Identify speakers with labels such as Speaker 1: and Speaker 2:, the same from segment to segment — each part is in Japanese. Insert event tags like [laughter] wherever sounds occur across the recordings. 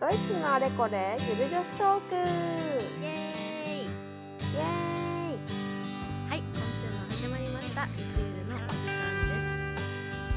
Speaker 1: ドイツのあれこれゆる女子トークイ
Speaker 2: イエー
Speaker 1: エ
Speaker 2: イ
Speaker 1: ーイ
Speaker 2: はい今週も始まりましたいつゆるのお時間です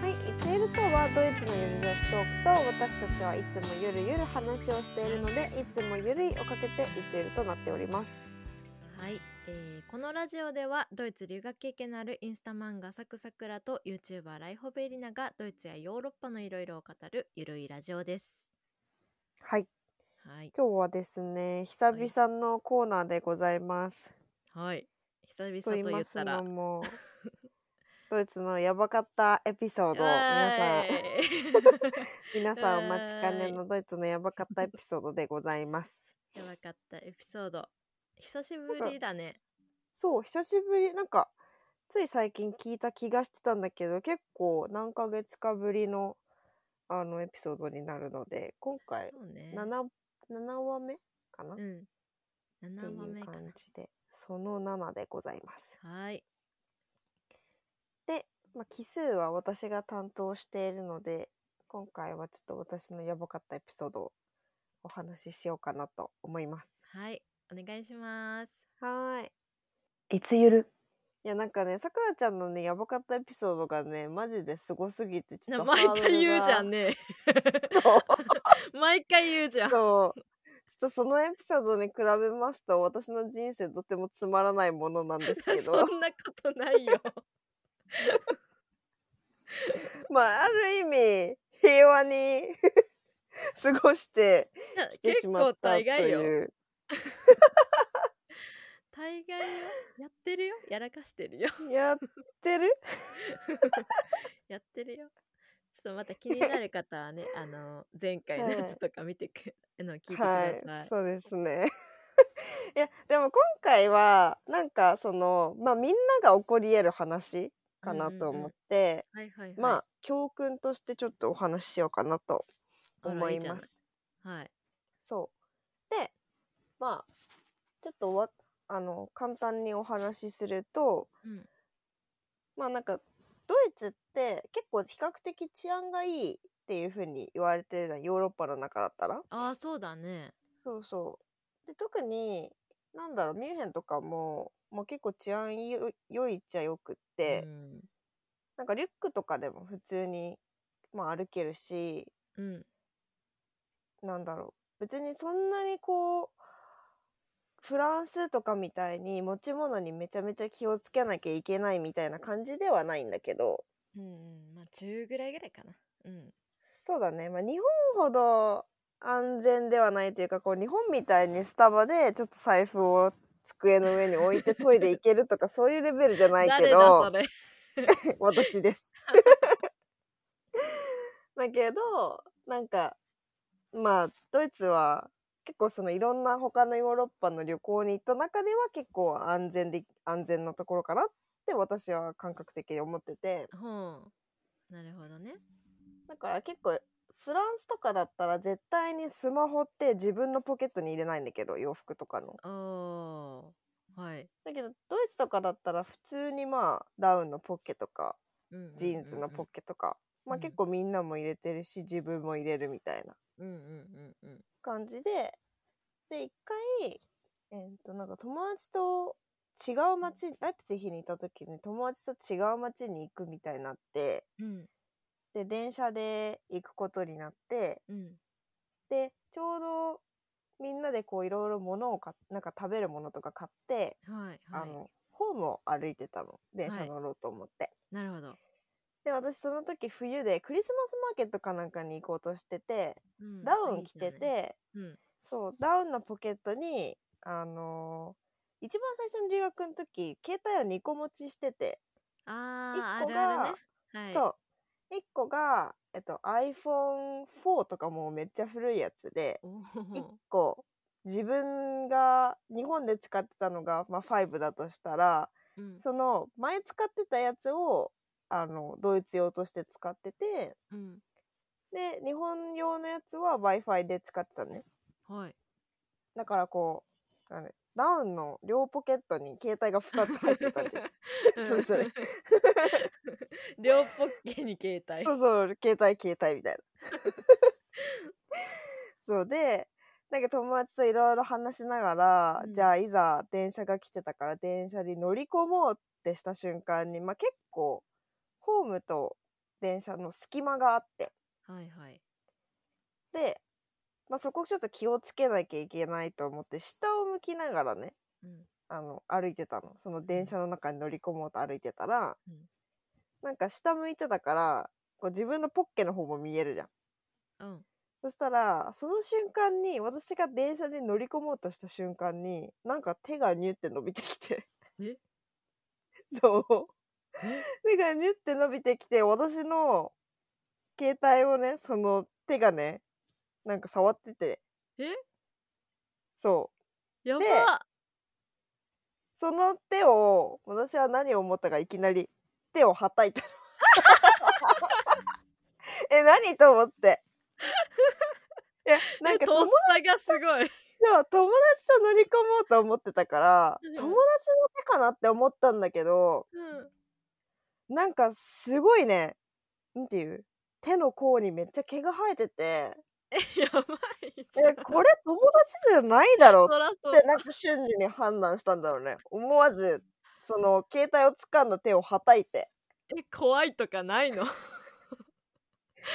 Speaker 1: はい、いつゆるとはドイツのゆる女子トークと私たちはいつもゆるゆる話をしているのでいつもゆるいをかけていつゆるとなっております
Speaker 2: はい、えーこのラジオではドイツ留学経験のあるインスタ漫画サクサクラと YouTuber ライホベエリナがドイツやヨーロッパのいろいろを語るゆるいラジオです。
Speaker 1: はい、
Speaker 2: はい、
Speaker 1: 今日はですね久々のコーナーでございます、
Speaker 2: はい、久々
Speaker 1: と言い
Speaker 2: と言っ
Speaker 1: ます
Speaker 2: たら
Speaker 1: の。もドイツのやばかったエピソード皆
Speaker 2: [laughs]
Speaker 1: さん皆さ
Speaker 2: わ
Speaker 1: んお待ちか
Speaker 2: は
Speaker 1: ね
Speaker 2: い
Speaker 1: のドイツのやばかったエピソードでございます。
Speaker 2: ーいやばかったエピソード。久しぶりだね。
Speaker 1: そう久しぶりなんかつい最近聞いた気がしてたんだけど結構何ヶ月かぶりのあのエピソードになるので今回
Speaker 2: そうね。
Speaker 1: 7, 7話目かな、
Speaker 2: う
Speaker 1: っ
Speaker 2: ん。
Speaker 1: て
Speaker 2: 七話
Speaker 1: い
Speaker 2: 目
Speaker 1: う
Speaker 2: か
Speaker 1: 感じでその7でございます。
Speaker 2: な。はい。
Speaker 1: で、まあ、奇数は私が担当しているので今回はちょっと私のやばかったエピソードをお話ししようかなと思います。
Speaker 2: はい。お願いします。
Speaker 1: はーい。
Speaker 3: いつゆる
Speaker 1: いやなんかねさくらちゃんのねやばかったエピソードがねマジですごすぎてちょ
Speaker 2: な
Speaker 1: っとハ
Speaker 2: 毎
Speaker 1: ードルが
Speaker 2: 回言うじゃんね。
Speaker 1: そう
Speaker 2: [laughs] 毎回言う [laughs] じゃん。
Speaker 1: そうちょっとそのエピソードに比べますと私の人生とてもつまらないものなんですけど
Speaker 2: [laughs] そんなことな
Speaker 1: [laughs]
Speaker 2: いよ。
Speaker 1: まあある意味平和に [laughs] 過ごしてきて
Speaker 2: 結
Speaker 1: しま
Speaker 2: 構
Speaker 1: ったと
Speaker 2: 大概よ。
Speaker 1: いう
Speaker 2: 大概よ。やってるよ。やらかしてるよ。 [laughs]
Speaker 1: やってる
Speaker 2: やってるよ。ちょっとまた気になる方
Speaker 1: [laughs]
Speaker 2: はね、あの、前回のやつとか見てく、 [laughs] あの聞いてくだ
Speaker 1: は
Speaker 2: さ
Speaker 1: い
Speaker 2: い。、
Speaker 1: そうですね。 [laughs] いやでも今回はなんかそのまあみんなが起こり得る話かなと思って、
Speaker 2: はいはいはい。
Speaker 1: まあ教訓としてちょっとお話ししようかなと
Speaker 2: あら
Speaker 1: 思
Speaker 2: い
Speaker 1: い
Speaker 2: いじゃ
Speaker 1: ま
Speaker 2: ない
Speaker 1: す。
Speaker 2: はい。
Speaker 1: そうでまあちょっとわあの簡単にお話しすると
Speaker 2: うん。
Speaker 1: まあなんかドイツって結構比較的治安がいいっていう風に言われてるじゃんヨーロッパの中だったら。
Speaker 2: ああ、そうだね。
Speaker 1: そうそう。で、特に、なんだろう、ミュンヘンとかも、もう結構治安よ良いっちゃ良くって、
Speaker 2: うん。
Speaker 1: なんかリュックとかでも普通に、まあ歩けるし、
Speaker 2: うん。
Speaker 1: なんだろう、別にそんなにこう、フランスとかみたいに持ち物にめちゃめちゃ気をつけなきゃいけないみたいな感じではないんだけど、
Speaker 2: うん。まあ、10ぐらいぐらいかな。うん。
Speaker 1: そうだね、まあ日本ほど安全ではないというか、こう日本みたいにスタバでちょっと財布を机の上に置いてトイレ行けると
Speaker 2: [laughs]
Speaker 1: かそういうレベルじゃないけ
Speaker 2: 誰だそ
Speaker 1: ど、
Speaker 2: れ。
Speaker 1: 私です。 [laughs] だけど、なんか、まあドイツは結構そのいろんな他のヨーロッパの旅行に行った中では結構安全で、安全なところかなって私は感覚的に思ってて。
Speaker 2: ほう。なるほどね。
Speaker 1: だから結構フランスとかだったら絶対にスマホって自分のポケットに入れないんだけど洋服とかの。
Speaker 2: おー。はい。
Speaker 1: だけどドイツとかだったら普通にまあダウンのポケとか
Speaker 2: うんうんうんうん
Speaker 1: ジーンズのポケとか、まあ
Speaker 2: うん
Speaker 1: 結構みんなも入れてるし自分も入れるみたいな
Speaker 2: うんうんうんうん。
Speaker 1: 感じでで一回えーっとなんか友達と違う街ライプツィヒにいた時に友達と違う街に行くみたいになって
Speaker 2: うん
Speaker 1: で電車で行くことになって
Speaker 2: うん
Speaker 1: でちょうどみんなでこういろいろ物をかなんか食べるものとか買って、
Speaker 2: はい
Speaker 1: あ
Speaker 2: はい
Speaker 1: のホームを歩いてたの電車
Speaker 2: はい
Speaker 1: 乗ろうと思って、
Speaker 2: なるほど、
Speaker 1: で私その時冬でクリスマスマーケットかなんかに行こうとしてて、
Speaker 2: うん
Speaker 1: ダウン着てて、
Speaker 2: いいじゃない
Speaker 1: そうダウンのポケットにあのー一番最初の留学の時携帯を2個持ちしてて、
Speaker 2: うん、あ
Speaker 1: 一
Speaker 2: ーあ
Speaker 1: 個
Speaker 2: る
Speaker 1: が
Speaker 2: あるねはい
Speaker 1: そう1個が、えっと、iPhone4 とかもうめっちゃ古いやつで、
Speaker 2: お
Speaker 1: 1
Speaker 2: お
Speaker 1: 個自分が日本で使ってたのが、まあ、5だとしたら
Speaker 2: うん
Speaker 1: その前使ってたやつをあのドイツ用として使ってて
Speaker 2: うん
Speaker 1: で日本用のやつは w i f i で使ってたのね
Speaker 2: はい
Speaker 1: だからこうあのダウンの両ポケットに携帯が2つ入ってたじゃんそれぞれ
Speaker 2: [laughs] 両ポッケに携帯
Speaker 1: そうそう携帯携帯みたいな [laughs] そうでなんか友達といろいろ話しながら、
Speaker 2: うん
Speaker 1: じゃあいざ電車が来てたから電車に乗り込もうってした瞬間に、まあ、結構ホームと電車の隙間があって
Speaker 2: はいはい。
Speaker 1: で、まあ、そこちょっと気をつけなきゃいけないと思って下を向きながらね
Speaker 2: うん。
Speaker 1: あの歩いてたのその電車の中に乗り込もうと歩いてたら、
Speaker 2: うん
Speaker 1: なんか下向いてたからこう自分のポッケの方も見えるじゃん。
Speaker 2: うん。
Speaker 1: そしたら、その瞬間に、私が電車で乗り込もうとした瞬間に、なんか手がニュって伸びてきて。
Speaker 2: え
Speaker 1: [laughs] そう。
Speaker 2: え
Speaker 1: [laughs] 手がニュって伸びてきて、私の携帯をね、その手がね、なんか触ってて。
Speaker 2: え
Speaker 1: そう。
Speaker 2: やば
Speaker 1: でその手を、私は何を思ったかいきなり手をはた
Speaker 2: [laughs]
Speaker 1: いたの。え、何と思って。いや、
Speaker 2: な
Speaker 1: なんん
Speaker 2: か
Speaker 1: か
Speaker 2: とっ
Speaker 1: 友
Speaker 2: さがすごい。
Speaker 1: でも友達と乗り込もうと思ってたから、
Speaker 2: うん
Speaker 1: 友達の手かなって思ったんだけど、
Speaker 2: うん。 [laughs]
Speaker 1: なんかすごいね、なんていう、手の甲にめっちゃ毛が生えてて、
Speaker 2: やばいじ [laughs] ゃん
Speaker 1: え、。これ友達じゃないだろう
Speaker 2: そらそう
Speaker 1: って、なんか瞬時に判断したんだろうね。思わず、その、携帯を掴んだ手をはたいて。
Speaker 2: え怖いとかないの [laughs]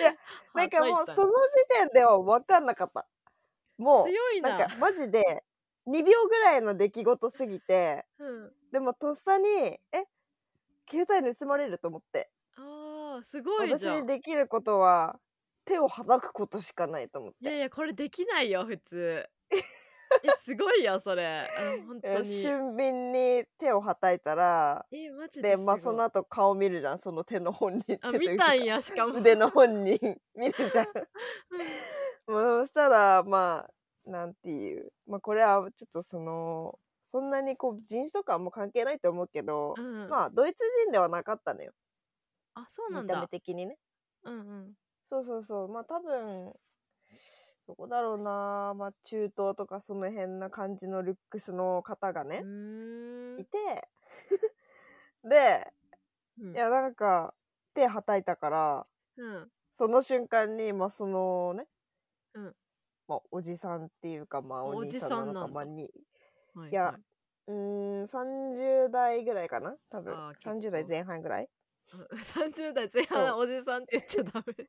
Speaker 1: やなんかもう、
Speaker 2: はたいた
Speaker 1: その時点では分かんなかった。もう、
Speaker 2: 強いな
Speaker 1: なんかマジで、2秒ぐらいの出来事すぎて、
Speaker 2: うん、
Speaker 1: でもとっさに、え携帯盗まれると思って。
Speaker 2: あーすごい
Speaker 1: 私
Speaker 2: じゃ
Speaker 1: に
Speaker 2: ん
Speaker 1: できることは、手をはたくことしかないと思っ
Speaker 2: いや
Speaker 1: て。
Speaker 2: いやこれできないよ
Speaker 1: [laughs]
Speaker 2: 普通えすごいよそれあの本当
Speaker 1: え
Speaker 2: に
Speaker 1: 俊敏に手をはたいたら、
Speaker 2: えマジで
Speaker 1: で、
Speaker 2: すごい
Speaker 1: まあ、その後顔見るじゃん、その手の本人。
Speaker 2: あ
Speaker 1: 手という
Speaker 2: 見
Speaker 1: か
Speaker 2: たんやしかも
Speaker 1: 腕の本人 [laughs] 見るじゃん。
Speaker 2: [laughs]
Speaker 1: もうそしたら、まあ、なんていう。まあ、これはちょっとその、そんなにこう人種とかはもう関係ないと思うけど、
Speaker 2: うん、
Speaker 1: まあ、ドイツ人ではなかったのよ。
Speaker 2: あそうなん
Speaker 1: 見た目
Speaker 2: だ
Speaker 1: 的にね。
Speaker 2: うんうん
Speaker 1: そうそうそう。まあ多分、どこだろうな。まあ中東とかその辺な感じのルックスの方が
Speaker 2: う
Speaker 1: ね、
Speaker 2: ーん
Speaker 1: いて、 [laughs] で、
Speaker 2: うん
Speaker 1: いやなんか手はたいたから、
Speaker 2: うん
Speaker 1: その瞬間に、まあそのね、
Speaker 2: うん
Speaker 1: まあおじさんっていうか、まあお
Speaker 2: お
Speaker 1: 兄
Speaker 2: じ
Speaker 1: さ
Speaker 2: さ
Speaker 1: ん
Speaker 2: ん
Speaker 1: なの
Speaker 2: な
Speaker 1: か、
Speaker 2: んだ
Speaker 1: まあに、
Speaker 2: はい
Speaker 1: いや
Speaker 2: はいう [laughs]
Speaker 1: ーん、30代ぐらいかな多分
Speaker 2: あー。結構
Speaker 1: 30代前半ぐらい。
Speaker 2: うん30代前半のおじさんって言っちゃダメ
Speaker 1: [laughs] で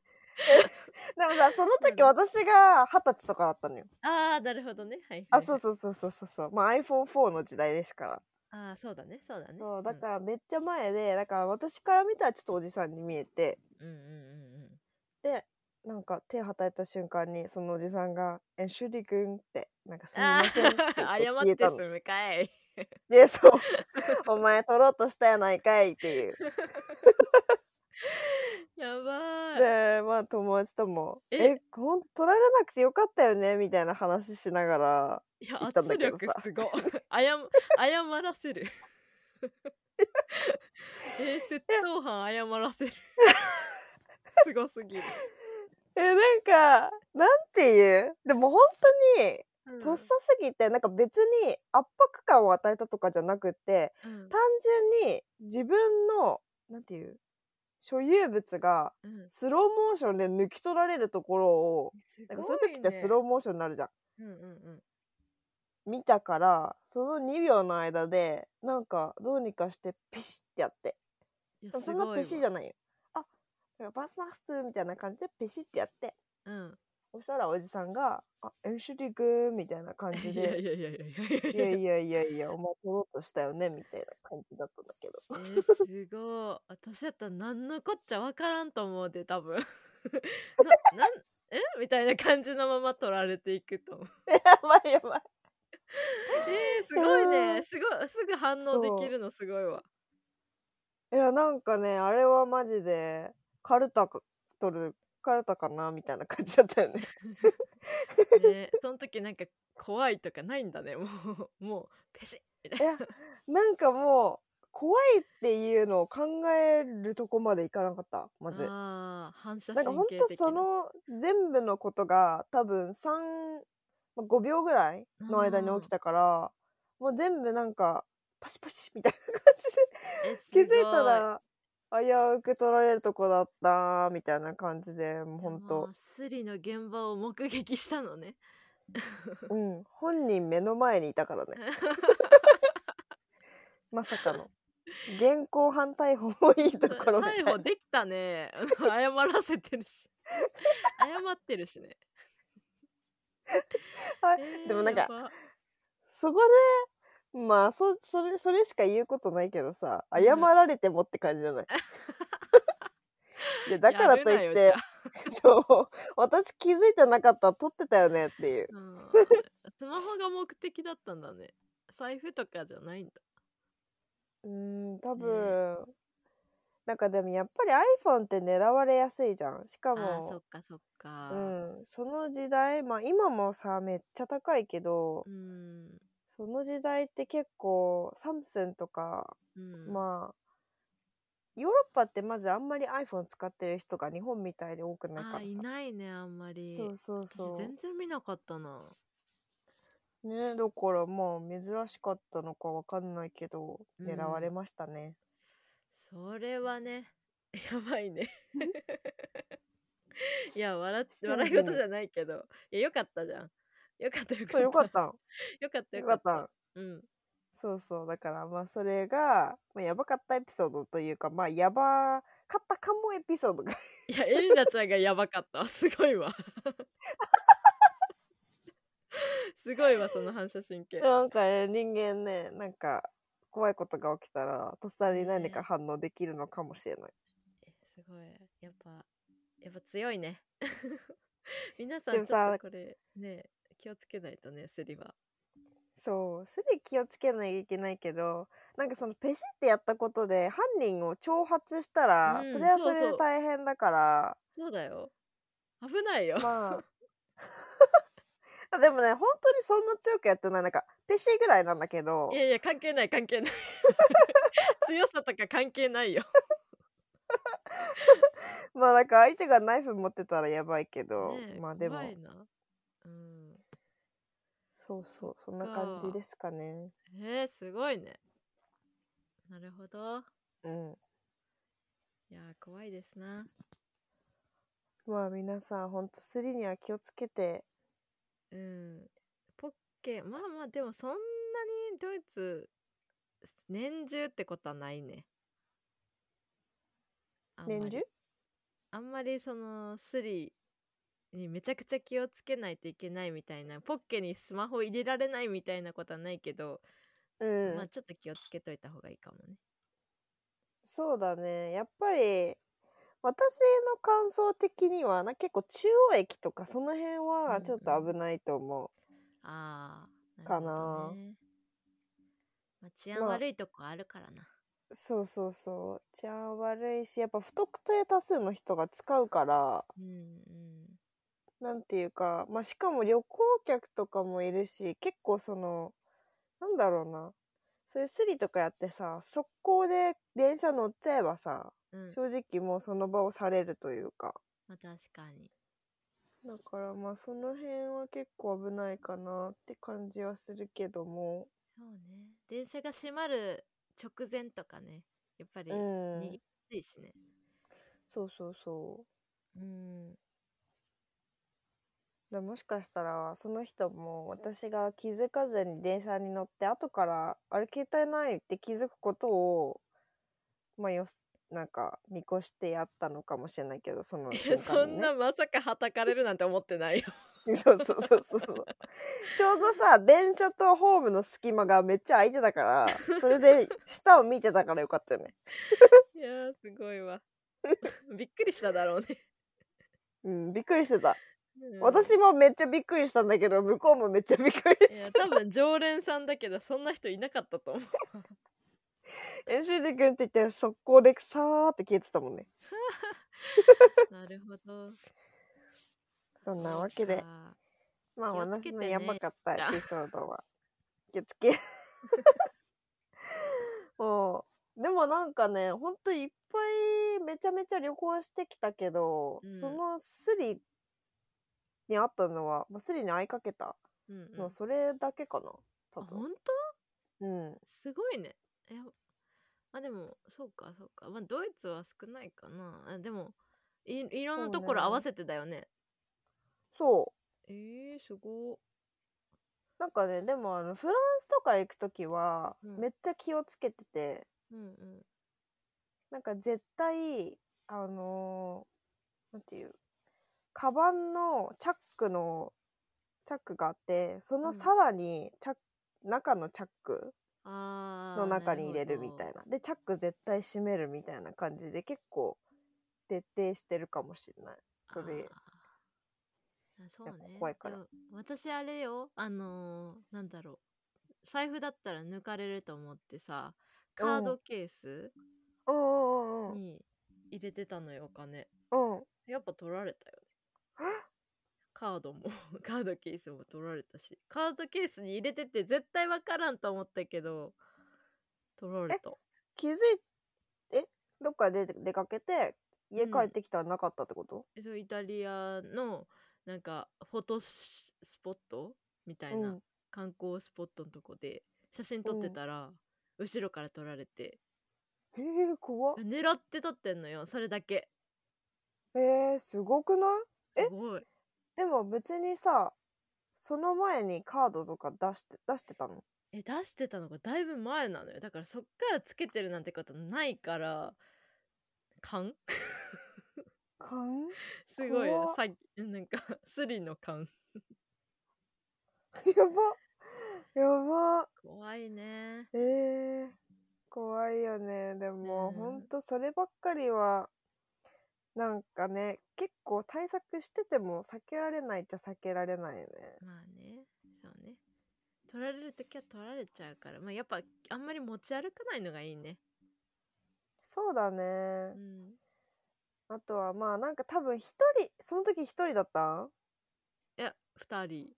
Speaker 1: もさ、その時
Speaker 2: うん
Speaker 1: 私が二十歳とかだったのよ。
Speaker 2: ああなるほどねはいはい、
Speaker 1: あ、そうそうそうそうそうそう。まあ iPhone4 の時代ですから。
Speaker 2: あーそうだねそうだね、
Speaker 1: そうだかららめっちゃ前で、だから私から見たらちょっとおじさんに見えて
Speaker 2: うん、うんうんうんうん
Speaker 1: でなんか手はたいた瞬間にそのおじさんが「えシュリ君」って「なんかすみ
Speaker 2: あ
Speaker 1: ま [laughs] せん」って言って
Speaker 2: あ [laughs] 謝
Speaker 1: 消え
Speaker 2: って
Speaker 1: た
Speaker 2: す
Speaker 1: の。
Speaker 2: むかい
Speaker 1: でそう「お前取ろうとしたやないかい」って
Speaker 2: [laughs]
Speaker 1: いう。
Speaker 2: やばい
Speaker 1: でまあ友達とも「
Speaker 2: え
Speaker 1: えほんと取られなくてよかったよね」みたいな話しながら
Speaker 2: いや
Speaker 1: 言ったんだ
Speaker 2: 圧
Speaker 1: けど
Speaker 2: 力
Speaker 1: さ
Speaker 2: すごい [laughs] 謝謝らせる [laughs] えー、窃盗犯謝ら
Speaker 1: [laughs]
Speaker 2: せるすごすぎる、
Speaker 1: えなんかなんていうでも本当に
Speaker 2: うん
Speaker 1: とっさすぎてなんか別に圧迫感を与えたとかじゃなくて
Speaker 2: うん
Speaker 1: 単純に自分の、なんていう、所有物が
Speaker 2: うん
Speaker 1: スローモーションで抜き取られるところを、
Speaker 2: す
Speaker 1: なん
Speaker 2: ご
Speaker 1: か
Speaker 2: い
Speaker 1: そういう時って
Speaker 2: ね
Speaker 1: スローモーションになるじゃん。
Speaker 2: うんうんうん
Speaker 1: 見たから、その2秒の間で、なんかどうにかしてピシッってやって。
Speaker 2: いや
Speaker 1: でもそ
Speaker 2: す
Speaker 1: んな
Speaker 2: ごい
Speaker 1: ピシッじゃ
Speaker 2: わ
Speaker 1: ないよ。あ、なんかバスマストゥーみたいな感じでピシッってやって。
Speaker 2: うん
Speaker 1: そしたらおじさんが、あ、エンシュリグーみたいな感じ
Speaker 2: [laughs] いや
Speaker 1: で。
Speaker 2: いやいやいやい
Speaker 1: い
Speaker 2: や
Speaker 1: や
Speaker 2: いや
Speaker 1: いやいやいや、お前取ろうとしたよねみたいな感じだったんだけど。 [laughs]
Speaker 2: えー、すごい私やったら何のこっちゃわからんと思うで多分 [laughs] ななんえみたいな感じのまま取られていくと思う [laughs]
Speaker 1: やばいやばい。
Speaker 2: えー、すごい
Speaker 1: [laughs] うん
Speaker 2: ねすごいすぐ反応できるのすごいわ
Speaker 1: いや、なんかね、あれはマジで、カルタか取る、カルタかなみたいな感じだったよ
Speaker 2: [laughs]
Speaker 1: ね。
Speaker 2: ね、その時なんか怖いとかないんだねもう [laughs] もうペシッみたい
Speaker 1: いや、なんかもう、怖いっていうのを考えるとこまでいかなかった、まず。
Speaker 2: なあー反射
Speaker 1: なんかほ
Speaker 2: 神
Speaker 1: ん
Speaker 2: 経
Speaker 1: と
Speaker 2: 的な
Speaker 1: その全部のことが多分3、まあ5秒ぐらいの間に起きたから、もう全部なんか、パシパシみたいな感じ
Speaker 2: えす
Speaker 1: で
Speaker 2: ご
Speaker 1: 気づいたら、危うく取られるとこだったみたいな感じでもう本
Speaker 2: ま
Speaker 1: 当
Speaker 2: あスリの現場を目撃したのね
Speaker 1: うん本人目の前にいたからねまさかの現行犯逮捕もいいところみたい
Speaker 2: 逮
Speaker 1: な
Speaker 2: 捕できたね [laughs] 謝らせてるし謝ってるしね
Speaker 1: はい
Speaker 2: えー
Speaker 1: でもなんか
Speaker 2: やば
Speaker 1: そこでまあそそれそれしか言うことないけどさ
Speaker 2: うん
Speaker 1: 謝られてもって感じじゃないいやだからと
Speaker 2: やるなよ
Speaker 1: いっ
Speaker 2: じ
Speaker 1: て
Speaker 2: ゃあ
Speaker 1: そう私気づいてなかったら撮ってたよねっていう
Speaker 2: うんスマホが目的だったんだね財布とかじゃないんだ
Speaker 1: うーん多分、なんかでもやっぱり iPhone って狙われやすいじゃんしか
Speaker 2: あーそ
Speaker 1: も
Speaker 2: っかそっ
Speaker 1: そ,、
Speaker 2: か
Speaker 1: うん、その時代まあ今もさめっちゃ高いけど、
Speaker 2: うん、
Speaker 1: その時代って結構サムスンとか、
Speaker 2: うん、
Speaker 1: まあヨーロッパってまずあんまり iPhone 使ってる人が日本みたいで多くないから
Speaker 2: あーい
Speaker 1: さ
Speaker 2: ないねあんまり
Speaker 1: そうそう
Speaker 2: 私
Speaker 1: そ
Speaker 2: 全然見なかったな
Speaker 1: うねだからまあ珍しかったのかわかんないけど
Speaker 2: うん
Speaker 1: 狙われましたね、
Speaker 2: それはね [laughs] やばいね [laughs] い
Speaker 1: [laughs]
Speaker 2: や笑っ
Speaker 1: 瞬時に
Speaker 2: 笑い事じゃないけどいやよかったじゃんよかったよ
Speaker 1: そうよか
Speaker 2: か
Speaker 1: っ
Speaker 2: った [laughs] よかった
Speaker 1: よ
Speaker 2: [laughs] よ
Speaker 1: か
Speaker 2: か
Speaker 1: っ
Speaker 2: った
Speaker 1: た
Speaker 2: うん
Speaker 1: そうそうだからまあそれが、まあ、やばかったエピソードというかまあやばかったかもエピソード
Speaker 2: [laughs]
Speaker 1: が
Speaker 2: いやエリナちゃんがやばかったわすごいわ [laughs] すごいわその反射神経
Speaker 1: なんかね人間ねなんか怖いことが起きたらとっさに何か
Speaker 2: ね
Speaker 1: 反応できるのかもしれない、
Speaker 2: えすごいやっぱやっぱ強いね [laughs] 皆さ
Speaker 1: で
Speaker 2: ん
Speaker 1: も
Speaker 2: ちょっ
Speaker 1: さ
Speaker 2: とこれね気をつけないとねすりは
Speaker 1: そうすでに気をつけないといけないけどなんかそのペシってやったことで犯人を挑発したら、
Speaker 2: うん
Speaker 1: それはそ
Speaker 2: そう
Speaker 1: れ
Speaker 2: そ
Speaker 1: で
Speaker 2: う
Speaker 1: 大変だから
Speaker 2: そうだよ危ないよ、 [laughs]
Speaker 1: まああでもね本当にそんな強くやってないなんかペシぐらいなんだけど
Speaker 2: いやいや関係ない
Speaker 1: [laughs]
Speaker 2: 関係ない強さとか関係ないよ、
Speaker 1: まあなんか相手がナイフ持ってたらやばいけど、
Speaker 2: ねえ
Speaker 1: まあでも
Speaker 2: 怖いな、うん、
Speaker 1: そうそうそんな感じですかね。
Speaker 2: えー、すごいねなるほど
Speaker 1: うん。
Speaker 2: いやー怖いですな
Speaker 1: まあ皆さん本当スリには気をつけて。
Speaker 2: うんポッケまあまあでもそんなにドイツ年中ってことはないねあんまり
Speaker 1: 年中？
Speaker 2: あんまりそのスリにめちゃくちゃ気をつけないといけないみたいなポッケにスマホ入れられないみたいなことはないけど、
Speaker 1: うん、
Speaker 2: まあちょっと気をつけといた方がいいかもね
Speaker 1: そうだね。やっぱり私の感想的にはな結構中央駅とかその辺
Speaker 2: うんう
Speaker 1: は
Speaker 2: ん
Speaker 1: ちょっと危ないと思う。
Speaker 2: ああ
Speaker 1: かな
Speaker 2: まあ、治安
Speaker 1: まあ
Speaker 2: 悪いとこあるからな、
Speaker 1: そうそうそう。治安悪いしやっぱ不特定多数の人が使うから
Speaker 2: うんうん
Speaker 1: なんていうかまあしかも旅行客とかもいるし結構そのなんだろうな。そういうスリとかやってさ速攻で電車乗っちゃえばさ
Speaker 2: うん
Speaker 1: 正直もうその場をされるというか
Speaker 2: まあ確かに
Speaker 1: だからまあその辺は結構危ないかなって感じはするけども
Speaker 2: そうね電車が閉まる直前とかねやっぱり
Speaker 1: う
Speaker 2: 逃
Speaker 1: ん
Speaker 2: げやすいしね
Speaker 1: そうそうそ
Speaker 2: うん
Speaker 1: うだもしかしたらその人も私が気づかずに電車に乗って後からあれ携帯ないって気づくことをまあよすなんか見越してやったのかもしれないけどその
Speaker 2: いや
Speaker 1: 瞬
Speaker 2: そ
Speaker 1: 間に
Speaker 2: ん
Speaker 1: ね
Speaker 2: なまさかはたかれるなんて思ってないよ
Speaker 1: そうそうそうそうそう。ちょうどさ、電車とホームの隙間がめっちゃ空いてたから、それで下を見てたからよかったよね。
Speaker 2: いやーすごいわ [laughs] びっくりしただろうね、
Speaker 1: うん、びっくりしてた。
Speaker 2: うん
Speaker 1: 私もめっちゃびっくりしたんだけど、向こうもめっちゃびっくり [laughs]
Speaker 2: い
Speaker 1: し
Speaker 2: や
Speaker 1: た。
Speaker 2: 多分常連さんだけどそんな人いなかったと思う
Speaker 1: 練習でくんって言って、速攻でさーって消えてたもんね。
Speaker 2: [laughs] なるほど
Speaker 1: そんなわけ
Speaker 2: そ
Speaker 1: で
Speaker 2: う、か
Speaker 1: まあ
Speaker 2: 気をつけ
Speaker 1: 私
Speaker 2: てね
Speaker 1: のやばかったエピソードは、気をつ
Speaker 2: [laughs]
Speaker 1: け。もう、でもなんかね、ほんといっぱいめちゃめちゃ旅行してきたけど、
Speaker 2: うん
Speaker 1: そのスリにあったのは、まあ、スリに会いかけた
Speaker 2: うんうん
Speaker 1: のはそれだけかな、
Speaker 2: あ
Speaker 1: 多分
Speaker 2: 本。当
Speaker 1: うん。
Speaker 2: すごいねえあでもそうかそうかまあドイツは少ないかなあでもいいろん
Speaker 1: そ
Speaker 2: な
Speaker 1: う
Speaker 2: ところ合
Speaker 1: ね
Speaker 2: わせてだよね
Speaker 1: そう
Speaker 2: えー、すごっ
Speaker 1: なんかねでもあのフランスとか行く時は、
Speaker 2: うん
Speaker 1: めっちゃ気をつけてて
Speaker 2: うんうん
Speaker 1: なんか絶対あのーなんていうカバンのチャックのチャックがあってそうの
Speaker 2: ん
Speaker 1: さらにチャック中のチャック
Speaker 2: あー
Speaker 1: の中に入れるみた
Speaker 2: ないる
Speaker 1: なでチャック絶対閉めるみたいな感じで結構徹底してるかもしれない
Speaker 2: ほ
Speaker 1: そ
Speaker 2: ど
Speaker 1: れ
Speaker 2: あーあそう
Speaker 1: やっ
Speaker 2: ね
Speaker 1: ぱ怖いから
Speaker 2: でも私あれよあのーなんだろう財布だったら抜かれると思ってさカードケース
Speaker 1: うんうんうん
Speaker 2: に入れてたのよお金
Speaker 1: うんうん
Speaker 2: やっぱ取られたよね
Speaker 1: え
Speaker 2: カードも [laughs] カードケースも取られたしカードケースに入れてて絶対わからんと思ったけど取られた
Speaker 1: 気づいえどっかで出かけて家
Speaker 2: うん
Speaker 1: 帰ってきたらなかったってこと、
Speaker 2: えそうイタリアのなんかフォトススポットみたいな、
Speaker 1: うん
Speaker 2: 観光スポットのとこで写真撮ってたら、後ろから撮られて
Speaker 1: えー、怖っ
Speaker 2: 狙って撮ってんのよそれだけ
Speaker 1: えー、すごくないえ
Speaker 2: すごい
Speaker 1: でも別にさその前にカードとか出して出してたの
Speaker 2: え出してたのがだいぶ前なのよだからそっからつけてるなんてことないから
Speaker 1: [laughs]
Speaker 2: 勘
Speaker 1: かん
Speaker 2: すごいよ
Speaker 1: 怖っ
Speaker 2: さなんかスリの勘
Speaker 1: [laughs] やばやば
Speaker 2: 怖いね
Speaker 1: えー、怖いよねでも、
Speaker 2: うん
Speaker 1: ほんとそればっかりはなんかね結構対策してても避けられないっちゃ避けられないよね
Speaker 2: まあねそうね取られる時は取られちゃうから、まあ、やっぱあんまり持ち歩かないのがいいね
Speaker 1: そうだね、
Speaker 2: うん
Speaker 1: あとはまあなんか多分一人その時一人だったん
Speaker 2: いや2人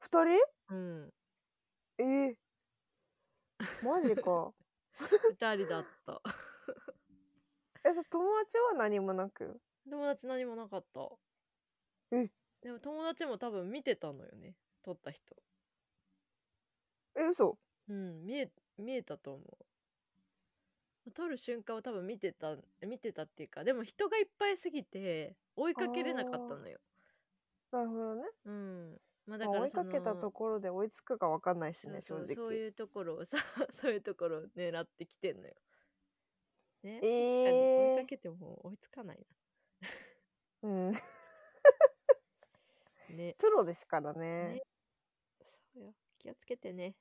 Speaker 1: 二人
Speaker 2: うん
Speaker 1: えー、マジか
Speaker 2: [laughs] 2人だった
Speaker 1: えさ友達は何もなく
Speaker 2: 友達何もなかった
Speaker 1: え
Speaker 2: でも友達も多分見てたのよね撮った人
Speaker 1: え嘘
Speaker 2: うん見え見えたと思う撮る瞬間は多分見てた見てたっていうかでも人がいっぱいすぎて追いかけれなかったのよ
Speaker 1: なるほどね
Speaker 2: うんまあだ
Speaker 1: まあ
Speaker 2: から
Speaker 1: 追い
Speaker 2: そ
Speaker 1: か
Speaker 2: の
Speaker 1: けたところで追いつくかわかんないしね正
Speaker 2: そうそう
Speaker 1: 直
Speaker 2: そういうところをさ [laughs] そういうところを狙ってきてんのよね
Speaker 1: え
Speaker 2: 確かに追い
Speaker 1: え
Speaker 2: かけても追いつかない
Speaker 1: ー、うん [laughs]
Speaker 2: なね
Speaker 1: プロですからね
Speaker 2: ねそうよ気をつけてね、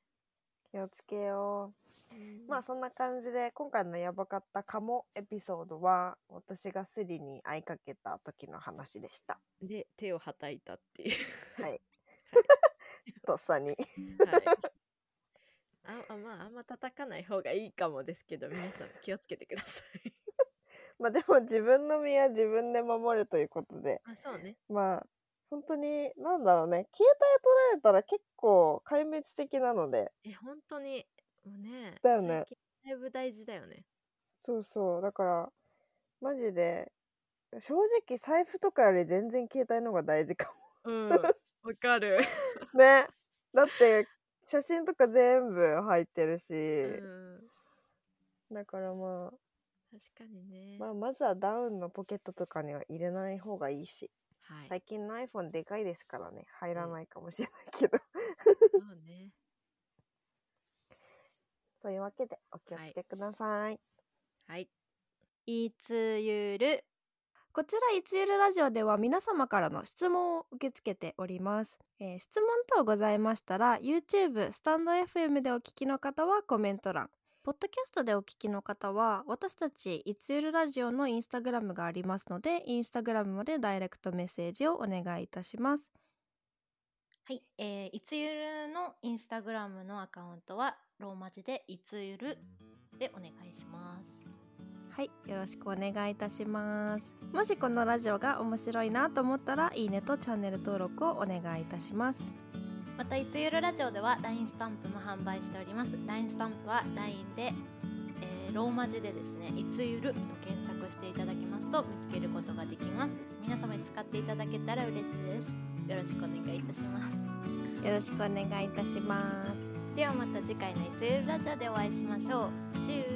Speaker 1: 気をつけよ
Speaker 2: うん
Speaker 1: うまあそんな感じで今回のやばかったかもエピソードは私がスリに会いかけた時の話でした
Speaker 2: で手をはたいたっていう
Speaker 1: とっさに [laughs]
Speaker 2: はいああまああんま叩かない方がいいかもですけど皆さん気をつけてください
Speaker 1: まあでも自分の身は自分で守るということで
Speaker 2: [laughs] あそうね
Speaker 1: まあ本当になんだろうね携帯取られたら結構壊滅的なので
Speaker 2: え本当にもうね
Speaker 1: だよね
Speaker 2: 最近だいぶ大事だよね
Speaker 1: そうそうだからマジで正直財布とかより全然携帯の方が大事か
Speaker 2: うん [laughs] わかる、
Speaker 1: もねだって写真とか全部入ってるし、
Speaker 2: うん、
Speaker 1: だからまあ、
Speaker 2: 確かにね、
Speaker 1: まあ、まずはダウンのポケットとかには入れない方がいいし
Speaker 2: はい、
Speaker 1: 最近の iPhone でかいですからね入らないかもしれないけど、
Speaker 2: そうね
Speaker 1: そういうわけでお気をつけください
Speaker 2: はい
Speaker 3: いつゆる
Speaker 1: こちらいつゆるラジオでは皆様からの質問を受け付けております、えー質問等ございましたら YouTube スタンド FM でお聞きの方はコメント欄ポッドキャストでお聞きの方は私たちいつゆるラジオのインスタグラムがありますのでインスタグラムまでダイレクトメッセージをお願いいたします
Speaker 3: はい、えー、いつゆるのインスタグラムのアカウントはローマ字でいつゆるでお願いします
Speaker 1: はいよろしくお願いいたしますもしこのラジオが面白いなと思ったらいいねとチャンネル登録をお願いいたします
Speaker 3: またいつゆるラジオでは LINE スタンプも販売しております LINE スタンプは LINE で、えーローマ字でですねいつゆると検索していただきますと見つけることができます皆様に使っていただけたら嬉しいですよろしくお願いいたします
Speaker 1: よろしくお願いいたします
Speaker 3: ではまた次回のいつゆるラジオでお会いしましょうチュー